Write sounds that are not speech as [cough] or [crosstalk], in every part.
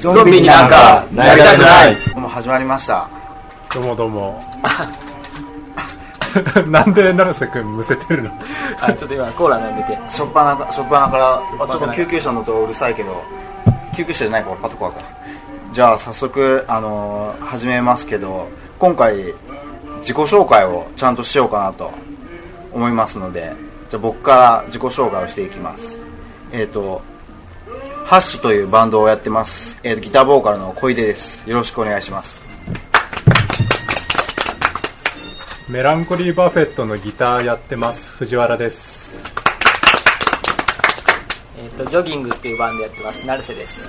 ゾンビになんかなりたくないもう始まりましたどうもどうも [laughs] なんで成瀬君むせてるのあちょっと今コーラ飲んでてしょっぱなしょっぱなからあしょちょっっぱとな救急車の音うるさいけど救急車じゃないからパトカーかじゃあ早速あのー始めますけど今回自己紹介をちゃんとしようかなと思いますのでじゃあ僕から自己紹介をしていきますえっ、とハッシュというバンドをやってます、えーとギターボーカルの小出ですよろしくお願いしますメランコリー・バフェットのギターやってます藤原ですえっ、とジョギングっていうバンドやってます成瀬です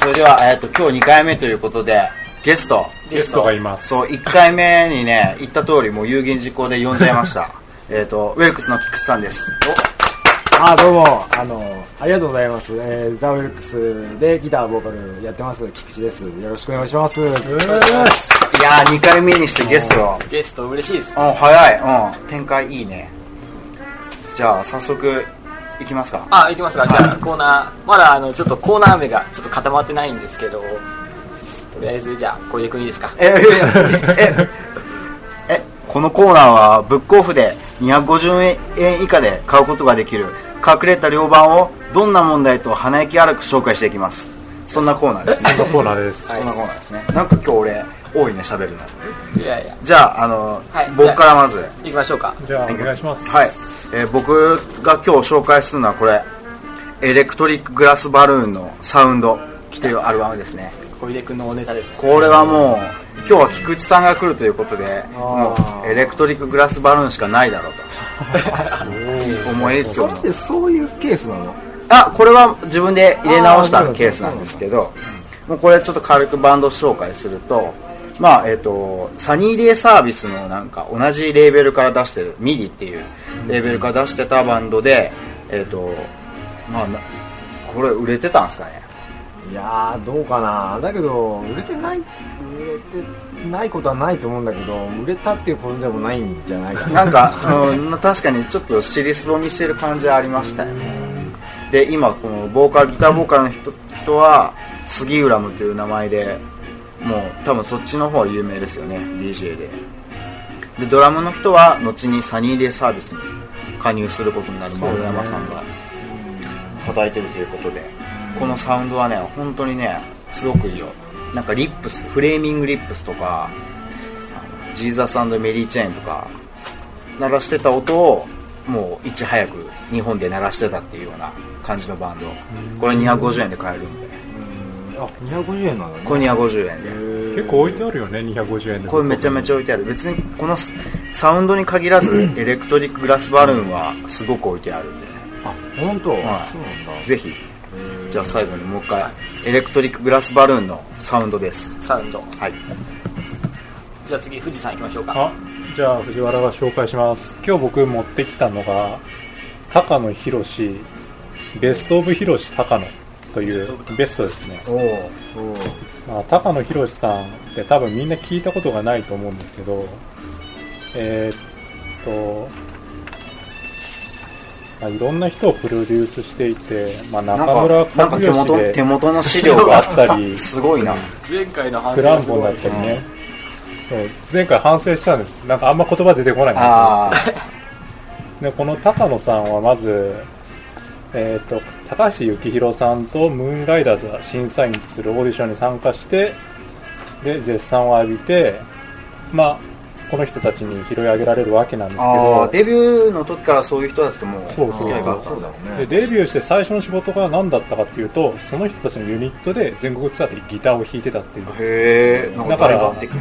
それでは、えっと今日2回目ということでゲストゲストがいますそう1回目にね言った通りもう有言実行で呼んじゃいました [laughs] えっとウェルクスの菊池さんですあどうもあのありがとうございます、えー、ザ・ウェルクスでギターボーカルやってます菊池ですよろしくお願いしますいやー2回目にしてゲストゲスト嬉しいですうん早いうん展開いいねじゃあ早速いきますかあ行きますかじゃあコーナーまだあのちょっとコーナー名がちょっと固まってないんですけどとりあえずじゃあ小出君いいですかえいやいやええこのコーナーはブックオフで250円以下で買うことができる隠れた両版をどんな問題と華やき荒く紹介していきますそんなコーナーですねそのコーナーですそんなコーナーですねなんか今日俺多いね喋るのいやいやじゃああの、はい僕からまず行きましょうかじゃあお願いしますはい、えー僕が今日紹介するのはこれエレクトリック・グラス・バルーンの「サウンド」っていうアルバムですね小出君のおネタですねこれはもう今日は菊池さんが来るということでもうエレクトリック・グラス・バルーンしかないだろう [laughs] と思いつそれってそういうケースなのあこれは自分で入れ直したケースなんですけどもうこれちょっと軽くバンド紹介するとまあえっ、とサニーデイサービスのなんか同じレーベルから出してるミディっていうレーベルから出してたバンドでえっ、とまあなこれ売れてたんですかねいやーどうかなだけど売れてない売れてないことはないと思うんだけど売れたっていうことでもないんじゃないかな [laughs] なんか、うん、確かにちょっと尻すぼみしてる感じはありましたよねで今このボーカルギターボーカルの人人は杉浦ムという名前でもう多分そっちの方は有名ですよね DJ ででドラムの人は後にサニーデイサービスに加入することになる丸山さんが叩いてるということでこのサウンドはね本当にねすごくいいよなんかリップスフレーミングリップスとかあのジーザスメリーチェーンとか鳴らしてた音をもういち早く日本で鳴らしてたっていうような感じのバンドこれ250円で買えるんであ250円なんだねこれ250円で結構置いてあるよね250円でこれめちゃめちゃ置いてある別にこのスサウンドに限らずエレクトリックグラスバルーンはすごく置いてあるんであ本当、はいそうなんだぜひじゃあ最後にもう一回エレクトリックグラスバルーンのサウンドですサウンドはいじゃあ次富士山行きましょうかあじゃあ藤原が紹介します今日僕持ってきたのが高野宏ベスト・オブ・宏高野というベストですねおーおーまあ、高野宏さんって多分みんな聞いたことがないと思うんですけどえーっと、まあ、いろんな人をプロデュースしていて、まあ、なん中村かなん和か手元義手で元の資料があったり [laughs] すごいな前回の反クランボンだったりね、そう前回反省したんですなんかあんま言葉出てこ [laughs] ないんですけどあでこの高野さんはまず、えー、と高橋幸宏さんとムーンライダーズが審査員とするオーディションに参加してで絶賛を浴びて、まあ、この人たちに拾い上げられるわけなんですーあーけデビューの時からそういう人たちともそううそう付き合いがあったんだそうだろどうでねデビューして最初の仕事が何だったかっていうとその人たちのユニットで全国ツアーでギターを弾いてたっていうへえなんか大抜擢だな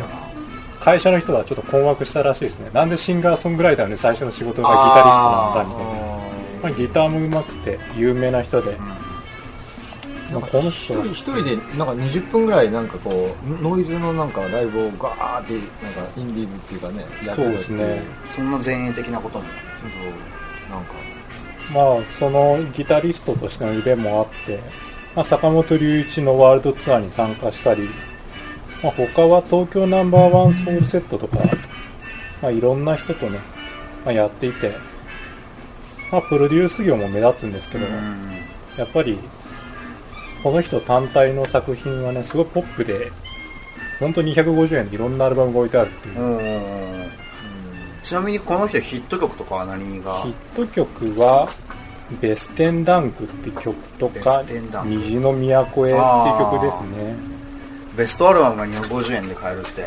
会社の人はちょっと困惑したらしいですねなんでシンガーソングライターで最初の仕事がギタリストなんだみたいな。まあ、ギターも上手くて有名な人で、まあ、この一人人一人でなんか20分ぐらいなんかこうノイズのなんかライブをガーってなんかインディーズっていうかねやってそうるですねそんな前衛的なこともそうそうなんかまあそのギタリストとしての腕もあって、まあ、坂本龍一のワールドツアーに参加したり、まあ、他は東京ナンバーワンソウルセットとか、まあ、いろんな人とね、まあ、やっていて、まあ、プロデュース業も目立つんですけど、やっぱりこの人単体の作品はねすごいポップで本当250円でいろんなアルバムが置いてあるっていうう、んうんうんちなみにこの人ヒット曲とかは何がヒット曲は「ベステンダンク」って曲とかベステンダ「ンク虹の都へ」って曲ですねベストアルバムが250円で買えるって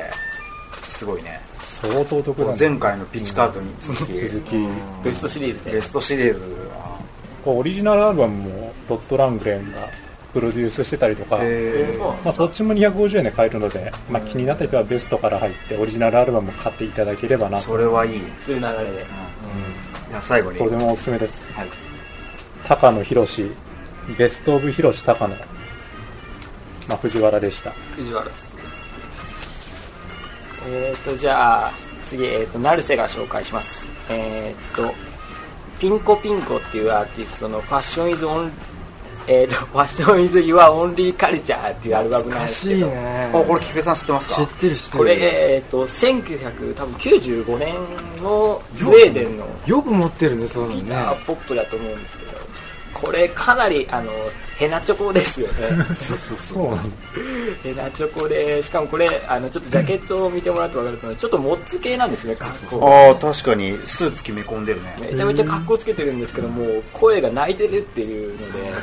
すごいね相当得だね前回のピッチカートに続き、続きベストシリーズでベストシリーズはこうオリジナルアルバムもドット・ラングレンがプロデュースしてたりとか、へそうまあ、そっちも250円で買えるので、まあ、気になった人はベストから入ってオリジナルアルバムを買っていただければーなとそれはいい、うん、そういう流れでじゃあ最後にとてもおすすめですはい高野宏ベスト・オブ・宏高野、まあ、藤原でした藤原ですえっ、ー、とじゃあ次、えー、と成瀬が紹介しますえっ、とピンコピンコっていうアーティストの「ファッションイズオンえー、と [laughs] ファッションイズユアオンリーカルチャーっていうアルバムなん難ですしけいどねあこれ菊池さん知ってます知かってる知ってるこれ、えっ、と、1995年のスウェーデンのよく持ってるねそうギいうのねターポップだと思うんですけど、これかなり、あの、ヘナチョコですよね。そうなんヘナチョコで、しかもこれ、あの、ちょっとジャケットを見てもらうとわかると思うんですけどちょっとモッツ系なんですね、格好。ああ確かにスーツ決め込んでるねめちゃめちゃ格好つけてるんですけど、もう声が泣いてるっていうので、なん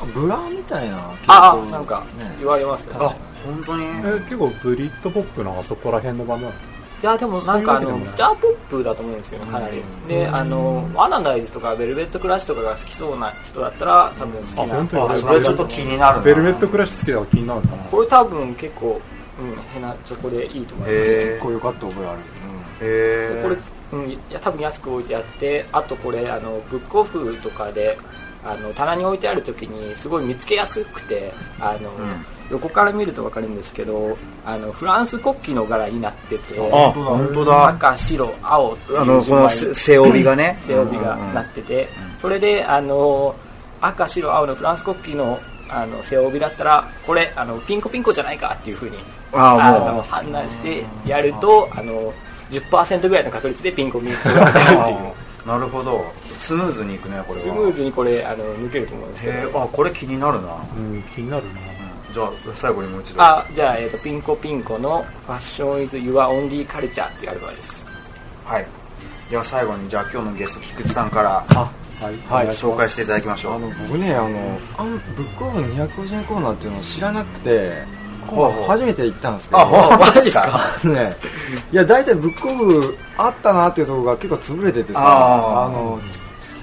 かブラみたいなああ、なんかね言われますねあ本当にえ結構ブリッドポップのあそこら辺のバンドなのいやでもなんかあそういうのわけでもギないターポップだと思うんですけどかなりであのアナダイズとかベルベットクラッシュとかが好きそうな人だったら多分好きあな本当にあそれはちょっと気になるなベルベットクラッシュ好きだから気になるのかなこれ多分結構うんヘナチョコでいいと思いますへ結構良かった覚えあるえこれうんいや多分安く置いてあってあとこれあのブックオフとかであの棚に置いてある時にすごい見つけやすくてあの、ん横から見ると分かるんですけどあのフランス国旗の柄になっててあ本当だ赤白青っていうあのこ順の番にせ背帯がね背帯がなってて、それであの赤白青のフランス国旗のあの背帯だったらこれあのピンコピンコじゃないかっていうふうにあああものう判断してやるとあの10%ぐらいの確率でピンコピンコが当たるっていうあー [laughs] なるほどスムーズにいくねこれはスムーズにこれあの抜けると思うんですけへどーあこれ気になるな、うん気になるなじゃあ最後にもう一度あじゃあ、えー、とピンコピンコの「ファッションイズユアオンリーカルチャーっていうアルバムですはいでは最後にじゃあ今日のゲスト菊池さんからはい、はい紹介していただきましうんょあうの僕ねあのあのブックオフの250円コーナーっていうのを知らなくてほうほう初めて行ったんですけどあほうマジっすか [laughs] ね、いや大体ブックオフあったなっていうところが結構潰れててさああーの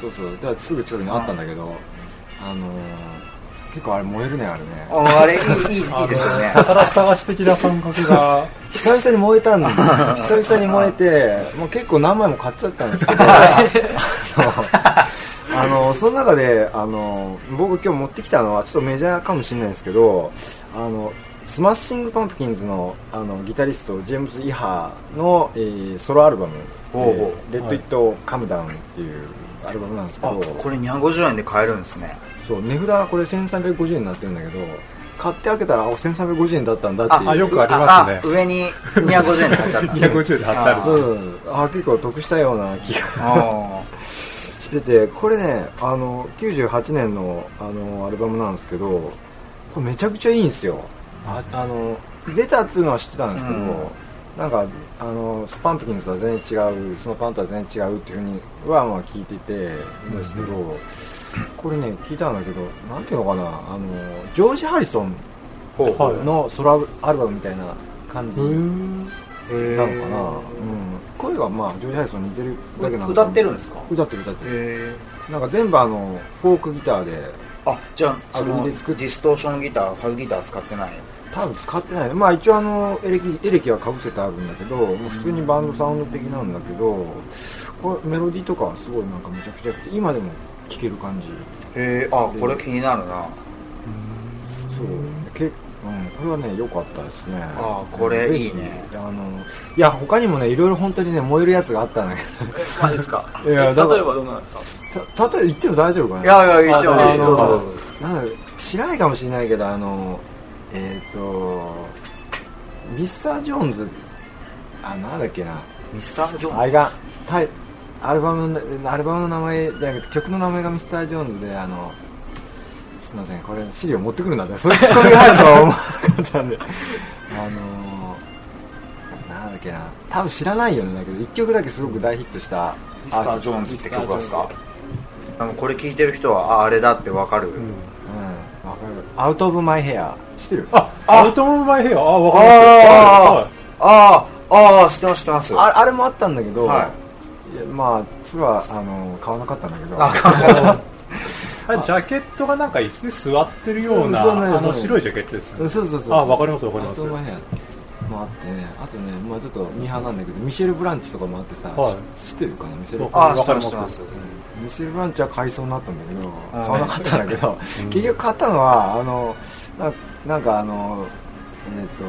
そうそうだからすぐ近くにあったんだけどあのー結構あれ燃えるねあれねああれいいいいいいですよね宝探し的な感覚が久々に燃 [laughs] えたんだ久々に燃えてもう結構何枚も買っちゃったんです [laughs] けどあの [laughs] あのその中であの僕今日持ってきたのはちょっとメジャーかもしれないですけどあのスマッシング・パンプキンズのあのギタリストジェームズ・イハーの、えーソロアルバム「ほうほえーレッド・イット・カムダウン」っていうアルバムなんですけあどこれ250円で買えるんですねそう値札はこれ1350円になってるんだけど買って開けたらあ1350円だったんだっていうあよくありあますね上に250円で買っちゃったんですね250で貼ってあるそうそうそうあ結構得したような気があしててこれねあの98年のあのアルバムなんですけどこれめちゃくちゃいいんですよああの出たっていうのは知ってたんですけど、うんなんかあのスパンプキンズとは全然違うそのパンとは全然違うっていうふうにはまあ聞いててんですけど、これね聞いたんだけどなんていうのかなあのジョージ・ハリソンーほうほうのソロアルバムみたいな感じうーんへなーのかな、うん、声がまあジョージ・ハリソンに似てるだけなんですけど歌ってるんですか歌ってる歌ってるへなんか全部あのフォークギターでーあじゃあアそルミのデで作っィストーションギターファズギター使ってない多分使ってないねまあ一応あのエレキエレキはかぶせてあるんだけどもう普通にバンドサウンド的なんだけどこれメロディーとかはすごいなんかめちゃくちゃ良くて今でも聴ける感じへえあこれ気になるなそうけ、うん、これはね良かったですねあこれぜひいいねあのいや他にもねいろいろ本当にね燃えるやつがあったんだけマジですかいや例えだばからどんなのですかど [laughs] た例えば言っても大丈夫かないやいや言ってもいいあですのどうぞどうぞなんだろう知らないかもしれないけどあのえっ、とミスター・ジョーンズあなんだっけなミスター・ジョあーンれがタイアルバムのアルバムの名前じゃなくて曲の名前がミスター・ジョーンズであのすいませんこれ資料持ってくるんだねそういうツッコミがあるとは思わなかったんであのー、なんだっけな多分知らないよねだけど1曲だけすごく大ヒットしたミスター・ジョーンズって曲がですかあのこれ聴いてる人はああれだってわかる、うんうんわかるアウト・オブ・マイ・ヘア知ってるあ、アウトモブマイヘア、あ、わかりますああああああ知ってます知ってますああれもあったんだけど、はいやまあそれはあの買わなかったんだけどあはいあれジャケットがなんか椅子で座ってるような、そうそうそうあの白いジャケットですようんね。そうそうそうあわかりますわかりますあともねもあってねあとねまあちょっとミーハーなんだけどミシェル・ブランチとかもあってさ、はい知知ってるかなミシェル・僕ああ知ってます知わかりますってますミシェル・ブランチは買いそうになったんだけど買んわなかったんだけ [laughs] ど、うん結局買ったのはあのななんかあのえっ、と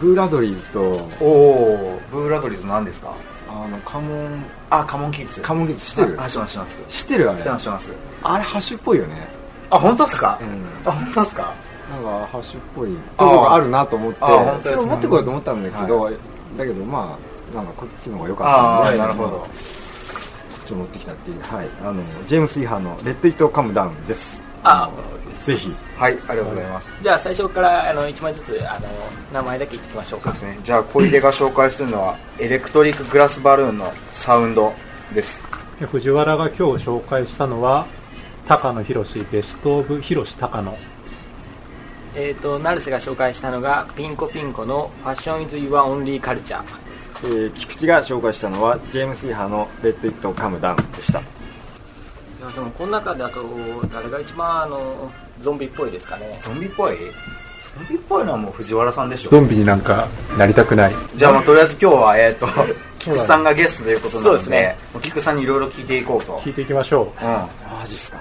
ブーラドリーズとおおブーラドリーズ何ですかあのカモンあカモンキッズカモンゲーズ知ってるあ知ってます知ってます知ってるあ知れってます知ってますあれハッシュっぽいよねあ本当ですか、うんあ本当ですかなんかハッシュっぽいところがあるなと思ってあー本当ですそれねを持ってこようと思ったんだけど、だけどまあなんかこっちの方が良あかっあたんーでなるほどこっちを持ってきたっていうはいあのジェームス・イーハーの「レッド・イット・カム・ダウン」ですあのぜひはいありがとうございます、じゃあ最初からあの1枚ずつあの名前だけ言ってみましょうそかうですねじゃあ小出が紹介するのはエレクトリック・グラス・バルーンのサウンドですで藤原が今日紹介したのは、高野博士、ベストオブ広志高野。えっ、と成瀬が紹介したのがピンコピンコの「ファッションイズユアオンリーカルチャーえー菊池が紹介したのはジェームス・イーハーの「レッド・イット・カム・ダウン」でしたいやでもこの中だと誰が一番あのゾンビっぽいですかねゾンビっぽいゾンビっぽいのはもう藤原さんでしょンビになんかなりたくない。じゃあまあとりあえず今日はえっ、と菊池さんがゲストということなそうのでですねもう菊池さんにいろいろ聞いていこうと聞いていきましょうんうんマジっすか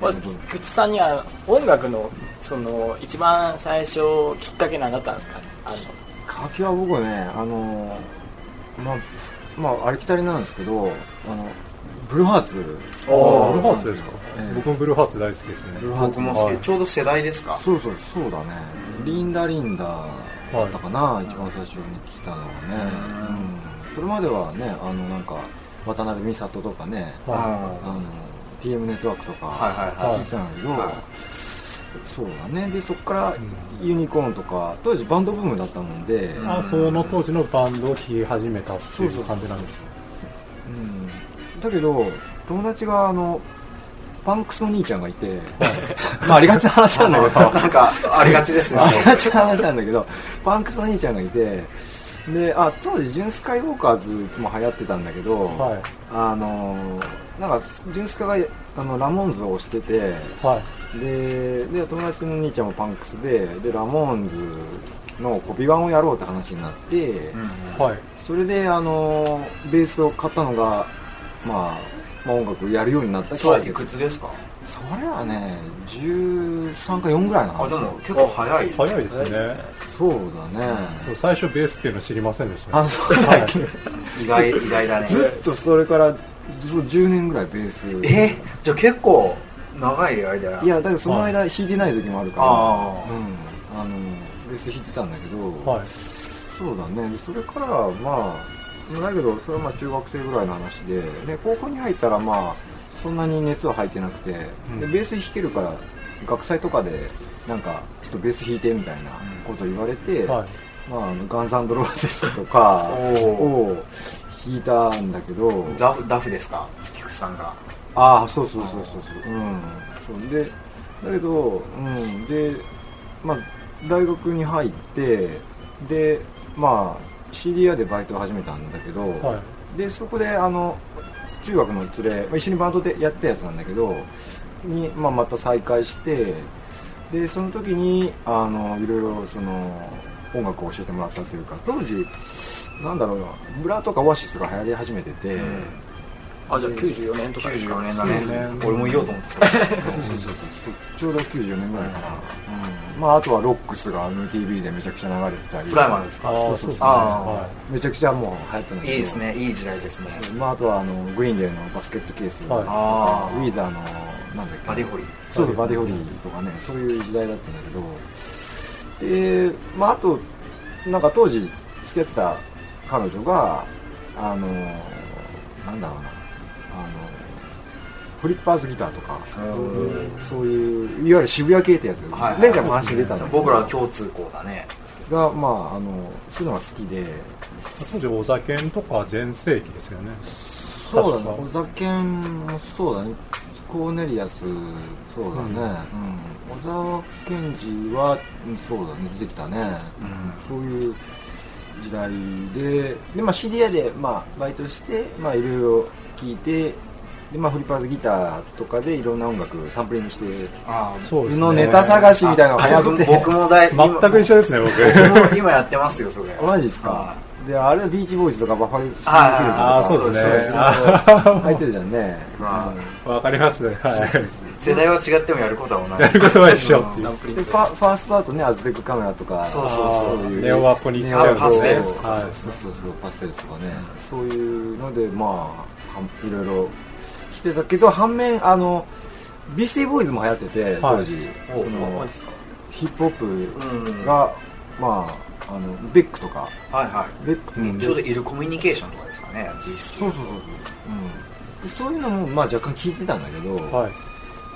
まず菊池さんには音楽のその一番最初きっかけ何だったんですかねあのカキは僕はねあのまあまあありきたりなんですけどあのブルーハーツう。ああ、ブルーハーツですか、ええ僕もブルーハーツ大好きですね。ブルーハー僕ツも好きはいちょうど世代ですかそうそうそうだねリンダリンダだったかな、一番最初に来たのはね、うんそれまではねあのなんか渡辺美里とかねうんはいあの TM ネットワークとかはいはいはい聞いてたんだけど、はいそうだねでそこからユニコーンとか当時バンドブームだったもんで、あその当時のバンドを聴き始めたっていう感じなんですようんだけど友達があのパンクスの兄ちゃんがいてまあありがちな話なんだけ [laughs] どなんかありがちですねあれが違う話なんだけど、パンクスの兄ちゃんがいて、で、あ、当時、ジュンスカイウォーカーズも流行ってたんだけど、はいあのー、なんか、ジュンスカが、あの、ラモーンズをしてて、はいで、で、友達の兄ちゃんもパンクスで、で、ラモーンズのコピー版をやろうって話になって、うんはいそれで、あのー、ベースを買ったのが、まあ、まあ、音楽やるようになったそれはいそくつですかれはね、13か4ぐらいなあでも結構早い早いですねそうだね。最初ベースっていうの知りませんでした、あ、そうだっけ意外意外だねずっとそれからそう10年ぐらいベースえじゃあ結構長い間いやだからその間弾いてない時もあるから、ああうん、あのベース弾いてたんだけど、はいそうだねでそれからまあだけどそれはまあ中学生ぐらいの話でで高校に入ったらまあそんなに熱は入ってなくて、うんでベース弾けるから学祭とかでなんかちょっとベース弾いてみたいなこと言われて、はいまああのガンザンドローゼスとかおを弾いたんだけどダフダフですか菊池さんがああそうそうそうそうそううんそうでだけどうんでまあ大学に入ってでまあ CD 屋でバイトを始めたんだけど、はいでそこであの中学の連れまあ一緒にバンドでやってたやつなんだけどに、まあ、また再会してでその時にあのいろいろその音楽を教えてもらったというか当時なんだろうなブラとかオアシスが流行り始めてて、あじゃあ94年とかですか94年だね94年俺も言おうと思ってたちょうど94年ぐらいかな、うんまあ、あとはロックスが MTV でめちゃくちゃ流れてたりプライマルですかそうそうそうあめちゃくちゃもう流行ってないいいですねいい時代ですねまあ、あとはあのグリーンデーのバスケットケース、はいあーウィザーのなんだっけバディホリーそうそうバディホリーとかねそういう時代だったんだけどで、まあ、あとなんか当時付き合ってた彼女があのなんだろうなあのフリッパーズギターとか、うんそういういわゆる渋谷系ってやつです、はい前回も話に出たんだけど僕らは共通項だねがまああのそういうのが好きで当時お酒とか全盛期ですよねそうだ確ねかお酒もそうだねコーネリアスそうだね、うん小沢健二はうんそうだね出てきたね、そういう時代でで、まあ、知り合いで、まあ、バイトして、まあ、いろいろ聴いてで、まあ、フリッパーズギターとかでいろんな音楽サンプリングしてあーそうですのねネタ探しみたいなのが流行ってあ僕も [laughs] 大全く一緒ですね僕 [laughs] 僕も今やってますよそれマジですかはであれビーチボーイズとかバッファリーズとはいはいああかそうですそうでねすあ入ってるじゃんね、まーわかりますねはいい世代は違ってもやることは同やじることは一緒っていうナンプリンでグファファーストだとねアズテックカメラとかそうそうあそーうネオワコに行っちゃうとあパステルですはいそうそうそうそうパステルとかね、そういうのでまあはいろいろ来てたけど反面あのビースティーボーイズも流行っててはい当時、おそあマのジっすかヒップホッうんプが、まああのベックとかはいはベックい、ちょうどいるコミュニケーションとかですかね実質そうそうそうそう、うん、そういうのもまあ若干聞いてたんだけど、はい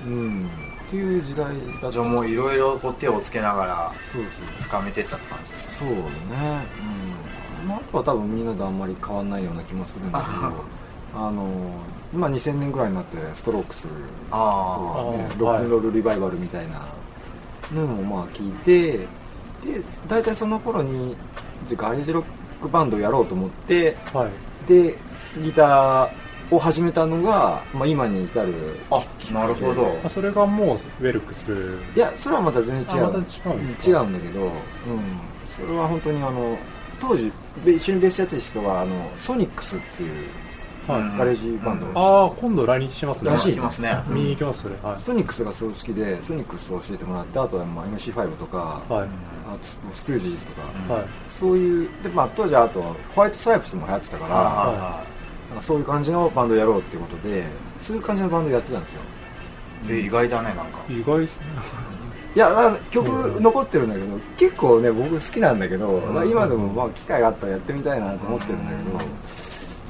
うんっていう時代だったじゃあもういろいろこう手をつけながらそう深めてったって感じですねそうそうだねうんまああとは多分みんなとあんまり変わんないような気もするんだけどあの今2000年ぐらいになってストロークスとあかねあーロックンロールリバイバルみたいなのもまあ聞いてで大体その頃にでガレージロックバンドをやろうと思ってはいでギターを始めたのが、まあ、今に至るああなるほどあそれがもうウェルクスいやそれはまた全あ然違まうた違うんですか違うんだけど、うん、それは本当にあの当時べ一緒にベースやってた人はあのソニックスっていうはいうんガレージバンド、ああ今度来日しますねらしいきますね見に行きますそれはいソニックスがすごい好きでソニックスを教えてもらってあとはまあ MC5 とか、はあとススピュージーズとか、いはいそういうで、まあ、当時はあとホワイトストライプスも流行ってたから、はいなんかそういう感じのバンドやろうってことでそういう感じのバンドやってたんですよえ意外だねなんか意外ですねいやあの曲残ってるんだけど結構ね僕好きなんだけど、まあ今でもまあ機会があったらやってみたいなと思ってるんだけど、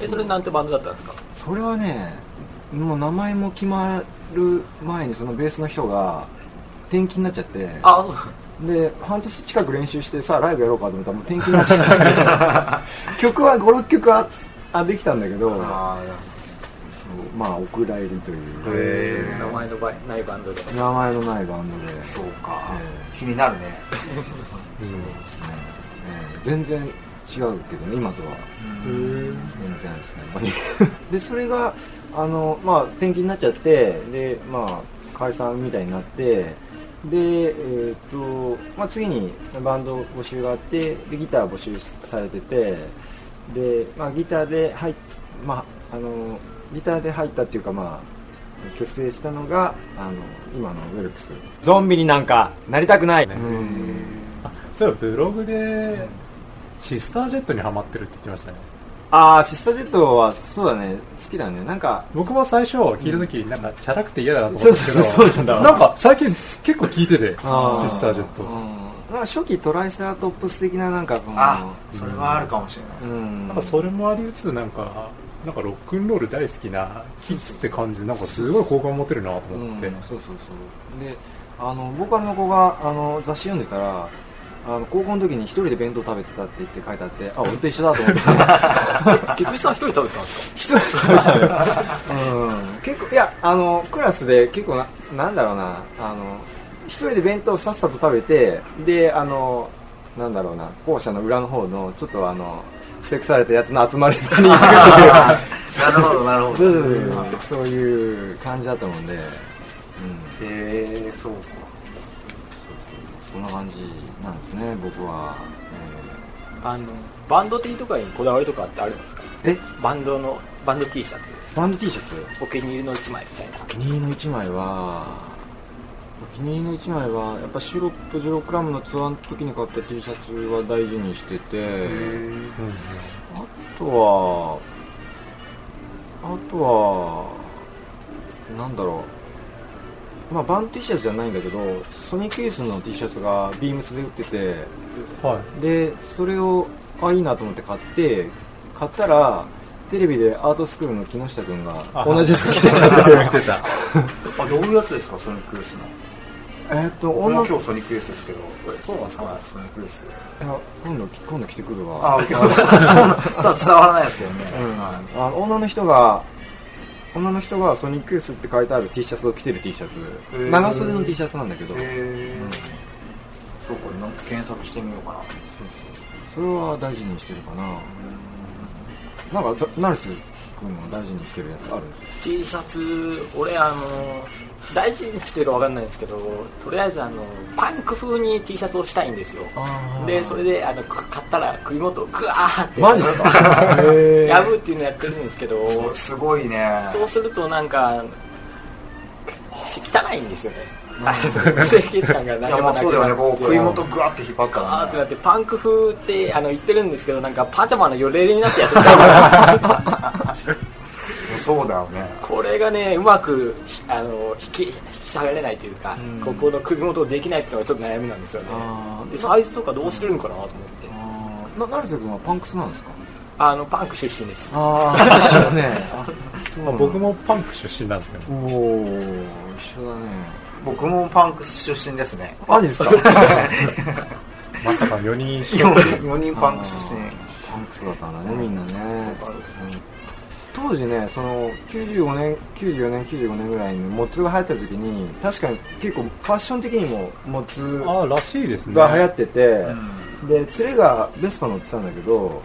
えそれなんてバンドだったんですかそれはねもう名前も決まる前にそのベースの人が転勤になっちゃってあで半年近く練習してさあライブやろうかと思ったらもう転勤になっちゃって曲は56曲ああできたんだけどあそうまあお蔵入りというへえ名前のばないバンドで名前のないバンドでそうかえ気になるねえー全然違うけどね今とは全然ですねほんまにでそれがあのまあ転勤になっちゃってでまあ解散みたいになってでえーっと、まあ、次にバンド募集があってでギター募集されててで、まあ、ギターで入っまああのギターで入ったっていうかまあ結成したのがあの今のウェルクスゾンビになんかなりたくない、そういえばブログでシスタージェットにハマってるって言ってましたねああシスタージェットはそうだね好きだねなんか僕も最初聞いた時なんかチャラくて嫌だなと思ったんですけどそうそうそうそうなんだか最近結構聞いててシスタあーージェットうんなんか初期トライセラトップス的ななんかそのあそれはあるかもしれないうですんなんかそれもありつつなんかなんかロックンロール大好きなキッズって感じでなんかすごい好感持ってるなとうん思って、そうそうそうであのボーカルの子があの雑誌読んでたらあの高校の時に一人で弁当食べてたって言って書いてあってあ俺と一緒だと思って菊池さん一人食べてたんですか一人で食べてたのよ、うん、結構いやあのクラスで結構ななんだろうなあの一人で弁当をさっさと食べてであのなんだろうな校舎の裏の方のちょっとあの不せくされたやつの集まりに行くっていうなるほどなるほそどうそうそうそういう感じだったもんで、うん、へえそうかそんな感じなんですね僕は、あのバンド T とかにこだわりとかってあるんですかえバンドのバンド T シャツバンド T シャツお気に入りの一枚みたいなお気に入りの1枚はお気に入りの1枚はやっぱシロップ16グラムのツアーの時に買った T シャツは大事にしててあとはあとはなんだろうまあバンド T シャツじゃないんだけどソニックユースの T シャツがビームスで売っててはいでそれをあいいなと思って買って買ったらテレビでアートスクールの木下君があ同じやつ着てたてたあどういうやつですかソニックユースのえーっと俺女もの今日ソニックユースですけどそうなんですかはいソニックユースいや今度今度来てくるああわ [laughs] 伝わらないですけどね、はいあの女の人が女の人がソニックユースって書いてある T シャツを着てる T シャツ、ー長袖の T シャツなんだけど、へえそうこれなんか検索してみようかなそれは大事にしてるかななんかだ成瀬君も大事にしてるやつあるんですよ T シャツ俺あの大事にしてるか分かんないんですけどとりあえずあのパンク風に T シャツをしたいんですよでそれであのく買ったら首元をグワーってマジですかへ破っていうのやってるんですけどそうすごいねそうするとなんか汚いんですよね、清潔感がないやまあそうだよねこう首元グワって引っ張っガーたってら、なね、ってパンク風ってあの言ってるんですけどなんかパジャマのよれれになってやっちゃっ [laughs] たそうだよねこれがねうまくひあの引き引き下がれないというか、ここの首元できないっていうのがちょっと悩みなんですよねあーでサイズとかどうしてるのかなと思ってあーな成瀬君はパンクスなんですかあのパンク出身ですあ [laughs] あねあそ [laughs] うまあ、僕もパンク出身なんですけど、おお一緒だね僕もパンクス出身ですねマジですかまさか4人 [laughs] 一緒4人パンクス出身パンクスだったんだねみんなねそうそう当時ねその95年94年95年ぐらいにモッツが流行った時に確かに結構ファッション的にもモッツああらしいですねが流行はってて、で連れがベスパ乗ってたんだけど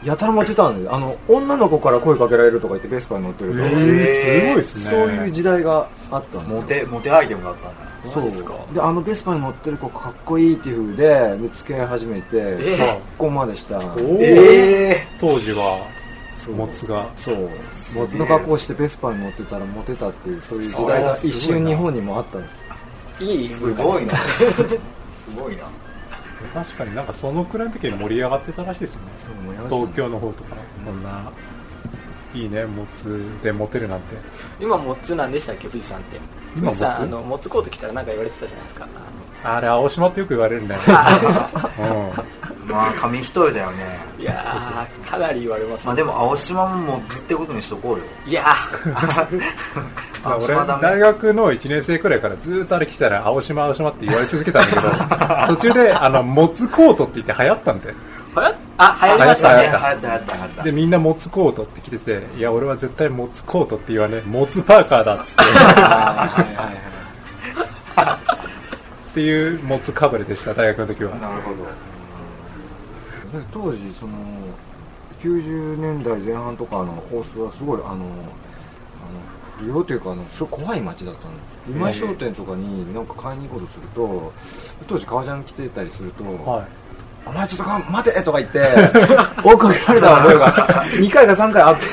いやたら乗ってたんであの女の子から声かけられるとか言ってベスパに乗ってえると、ー、すごいですねそういう時代があったんですよモテモテアイテムだったんだそうマジっすかであのベスパに乗ってる子かっこいいっていう風で見つけ始めて、え学校までしたおーえ当時はそうモツがそうすげえモツの格好してベスパに乗ってたらモテたっていうそういう時代が一瞬日本にもあったんですいいー、すごいなな [laughs] すごいな確かになんかそのくらいの時に盛り上がってたらしいですねそう思いました東京の方とか、こんないいねモツでモテるなんて今モッツなんでしたっけ富士山って今富士山あモッツのモッツコート着たらなんか言われてたじゃないですかああれ青島ってよく言われるね、 [laughs] うまあ紙一重だよねのいやーかなり言われますねまあでも青島もモッズってことにしとこうよいやーん、青俺島だ大ね学の1年生くらいからずっとあれ来たら青島青島って言われ続けたんだけど途中であのモツコートって言って流行ったんではやあ流行りまし流た行ねった流行った流行った流行ったでみんなモツコートって着てていや俺は絶対モツコートって言わねえモツパーカーだっつってっていうモツかぶれでした大学の時はなるほど当時その90年代前半とかの大須はすごいあのあの不良というかあのすごい怖い街だったの今井商店とかになんか買いに行こうとすると当時革ジャン着てたりすると「はいお前ちょっとか待て!」とか言って [laughs] 追っかけられた覚えが2回か3回あ [laughs] って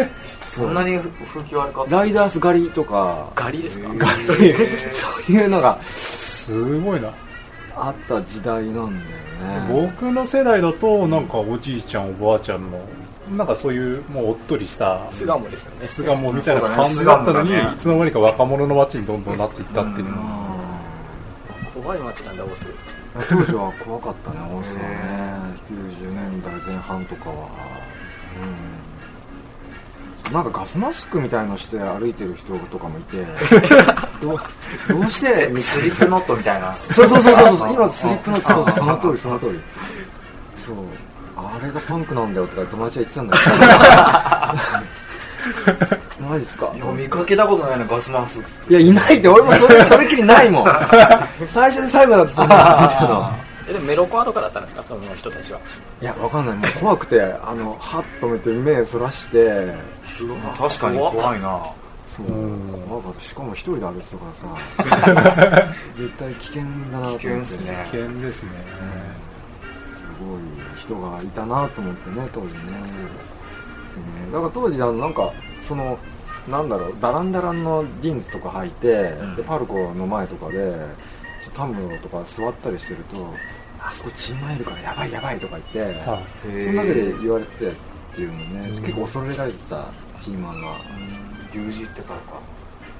えそんなに風気悪かったライダース狩りとかガリですかそういうのがー、すごいなあった時代なんだよね僕の世代だとなんかおじいちゃんおばあちゃんのなんかそういうもうおっとりした巣鴨ですよね巣鴨みたいな感じだったのに、そうだねいつの間にか若者の街にどんどんなっていったっていうのは怖い街なんだ大須当時は怖か [laughs] ったね大須はね90年代前半とかはうんなんかガスマスクみたいのして歩いてる人とかもいて [laughs] どうどうしてスリップノットみたいなそうそうそうそうそう [laughs] 今スリップのそうそうその通りその通りそうあれがパンクなんだよとか友達は言ってたんだ [laughs] けどマジっすかいや見かけたことないなガスマスクいやいないって俺もそれそれっきりない [laughs] もん最初で最後だってそんな人見たのえでもメロコアとかだったんですかその人たちはいや、わか [laughs] んない。もう怖くて、あの、はっと見て、目そらして、確かに怖いなそう、うん怖かった。しかも一人で歩いてたから [laughs] さ、絶対危険だなと思って。危険っすね危険ですね、すごい人がいたなと思ってね、当時ね。うんだから当時、あの、なんか、その、なんだろう、ダランダランのジーンズとか履いて、で、パルコの前とかで、ちょっとタムロとか座ったりしてると、あそこチーマいるからやばいやばいとか言って、はいその中で言われてたっていうのね、結構恐れられてたチーマンが、 [laughs] 牛耳ってたのか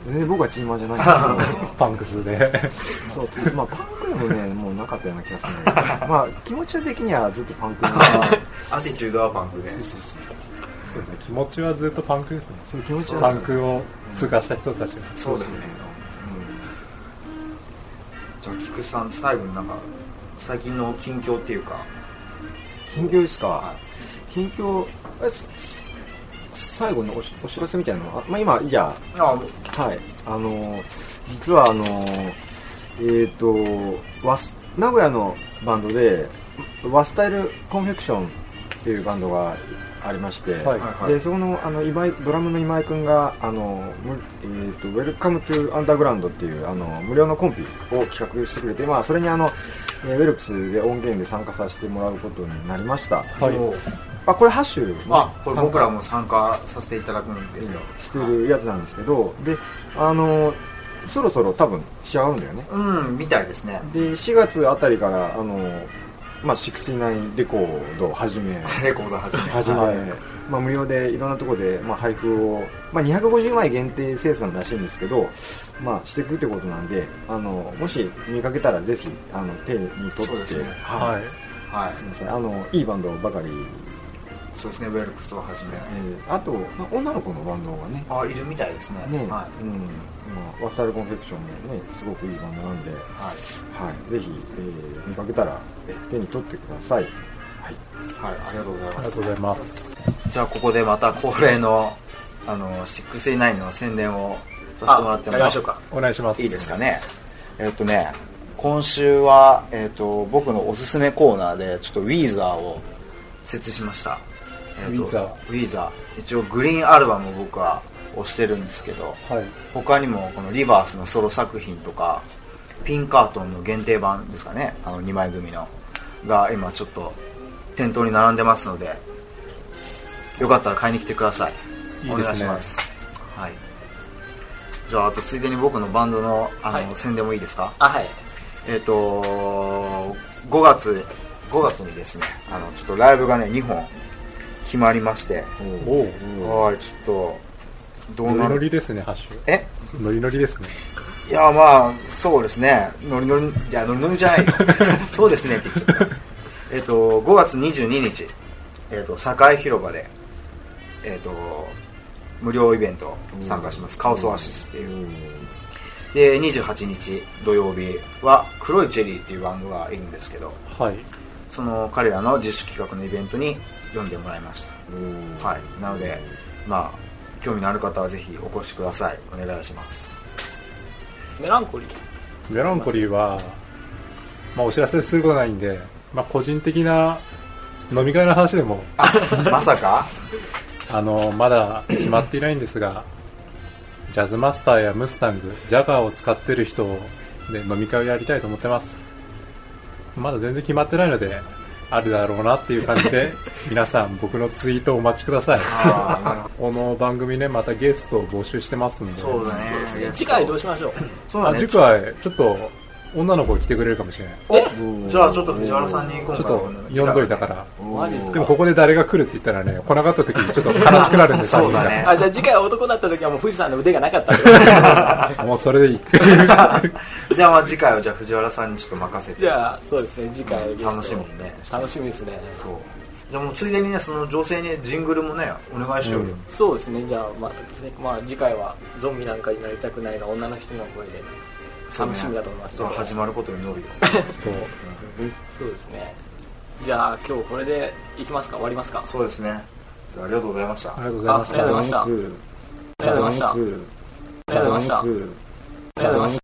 全然僕はチーマーじゃないんですけ [laughs] どパンクスでそうまあパンクでもねもうなかったような気がするんだけ [laughs] どまあ気持ち的にはずっとパンクなアティチュードはパンクでそうですね気持ちはずっとパンクですねそういう気持ちパはンクを通過した人たちがそうだねじゃあ菊さん最後になんか最近の近況っていうか近況ですか近況えす最後のおしお知らせみたいなのは、まあ、今じゃああはい、あのー実はあのーえっ、とワス名古屋のバンドでワスタイルコンフェクションっていうバンドがありまして、はいはいはでいそこのあの今井ドラムの今井君があの、むえーと「ウェルカムトゥアンダーグラウンド」っていうあの無料のコンピを企画してくれて、まあ、それにあのえーウェルプスで音源で参加させてもらうことになりました、はいもうあこれハッシュまあこれ僕らも参加させていただくんですよ、してるやつなんですけどであのそろそろ多分仕上がるんだよねうんみたいですねで4月あたりからあの、まあ、69レコードを始 [laughs] めレコード始め始め、まあ、無料でいろんなところで、まあ、配布を、まあ、250枚限定生産らしいんですけど、まあ、していくってことなんであのもし見かけたらぜひあの手に取ってそうですねははいいはいすいませんあのいいバンドばかり、そうですねウェルクスを始めえーあと、まあ、女の子のバンドがねあいるみたいですねね、はうんまあ、ワッサルコンフェクションもねすごくいいバンドなんで、い、ははい、ぜひ、えー見かけたらえー手に取ってくださいいはい、ありがとうございあまりがすとうございますじゃあここでまた恒例のあの69の宣伝をさせてもらってもやりましょうかお願いしますいいですかねえっとね今週は、えっと僕のおすすめコーナーでちょっとウィーザーを設置しました、えっとウィーザーウィーザー一応グリーンアルバムを僕は推してるんですけどはい他にもこのリバースのソロ作品とかピンカートンの限定版ですかねあの2枚組のが今ちょっと店頭に並んでますのでよかったら買いに来てくださいいいですねお願いしますはいじゃああとついでに僕のバンドのあの、はい宣伝もいいですかあはいえっ、と5月5月にですねあのちょっとライブがね2本決まりましておおはいちょっとどうノリなノるリですねハッシュえノリノリですねいやまあそうですねノリノリじゃノリノリじゃない [laughs] よそうですねって言っちゃったえっと5月22日、えっと堺広場で、えっと無料イベント参加します、カオスオアシスっていう、で28日土曜日は黒いチェリーっていうバンドがいるんですけどはいその彼らの自主企画のイベントに読んでもらいましたはいなのでまあ興味のある方はぜひお越しくださいお願いし [laughs] ますメランコリーメランコリーは、まあ、お知らせすることないんで、まあ、個人的な飲み会の話でもあまさかあのまだ決まっていないんですがジャズマスターやムスタングジャガーを使ってる人で飲み会をやりたいと思ってますまだ全然決まってないのであるだろうなっていう感じで [laughs] 皆さん僕のツイートをお待ちくださいああなるほどこの番組ねまたゲストを募集してますんでそうだね。次回どうしましょうそうだあね。次回ちょっと女の子来てくれるかもしれないおじゃあちょっと藤原さんに今ち回ょっと呼んどいたからマジですでもかここで誰が来るって言ったらね来なかった時にちょっと悲しくなるん [laughs] でそうだねあじゃあ次回男だった時はもう富士山の腕がなかったってこと三人がもうそれでい [laughs] いじゃあまあ次回はじゃあ藤原さんにちょっと任せて。じゃあそうですね次回ゲスト楽しみにね楽しみですねそう。じゃあもうついでにねその女性にジングルもねお願いしようよ。そうですねじゃあまあですねまあ次回はゾンビなんかになりたくないの女の人の声でそうね楽しみだと思いますそう始まることに乗るよ。そうそうですねじゃあ今日これでいきますか終わりますかそうですね。じゃあありがとうございましたあり。がとうご啊ざいましありがとうございましたたありがとうございましたありがとうございましたありがとうございました